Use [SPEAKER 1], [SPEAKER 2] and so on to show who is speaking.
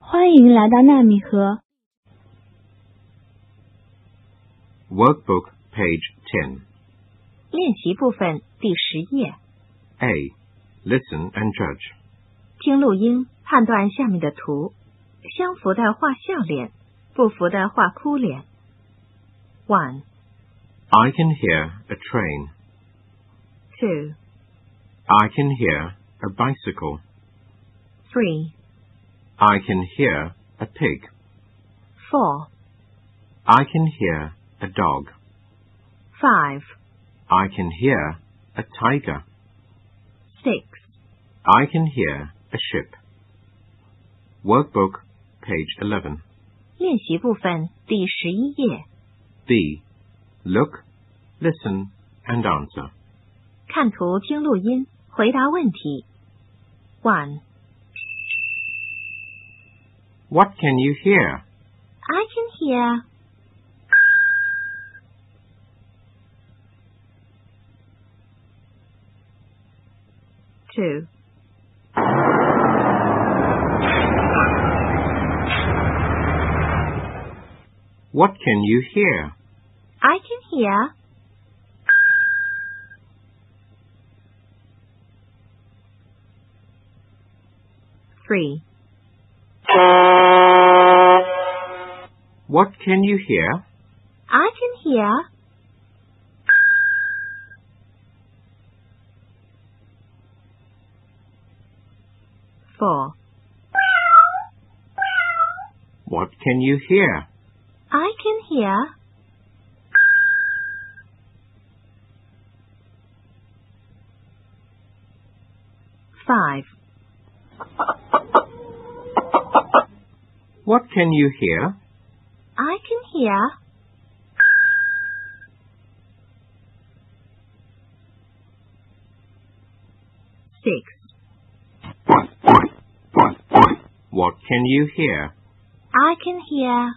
[SPEAKER 1] 欢迎来到纳米河
[SPEAKER 2] Workbook, page 10.
[SPEAKER 3] 练习部分第十页，
[SPEAKER 2] A. Listen and judge.
[SPEAKER 3] 听录音判断下面的图：相符的画笑脸，不符的画哭脸。One,
[SPEAKER 2] I can hear a train.
[SPEAKER 3] two,
[SPEAKER 2] I can hear a bicycle.
[SPEAKER 3] three,
[SPEAKER 2] I can hear a pig.
[SPEAKER 3] four,
[SPEAKER 2] I can hear a dog.
[SPEAKER 3] five,
[SPEAKER 2] I can hear a tiger.
[SPEAKER 3] six,
[SPEAKER 2] I can hear a ship. Workbook, page 11.
[SPEAKER 3] 练习部分第十一页，
[SPEAKER 2] B. Look, listen and answer.
[SPEAKER 3] 看图听录音，回答问题。One,
[SPEAKER 2] What can you hear?
[SPEAKER 3] I can hear. Two.
[SPEAKER 2] What can you hear?
[SPEAKER 3] I can hear. Three,
[SPEAKER 2] What can you hear?
[SPEAKER 3] I can hear. Four,
[SPEAKER 2] What can you hear?
[SPEAKER 3] I can hear. Five,
[SPEAKER 2] What can you hear?
[SPEAKER 3] I can hear. Six.
[SPEAKER 2] What can you hear?
[SPEAKER 3] I can hear.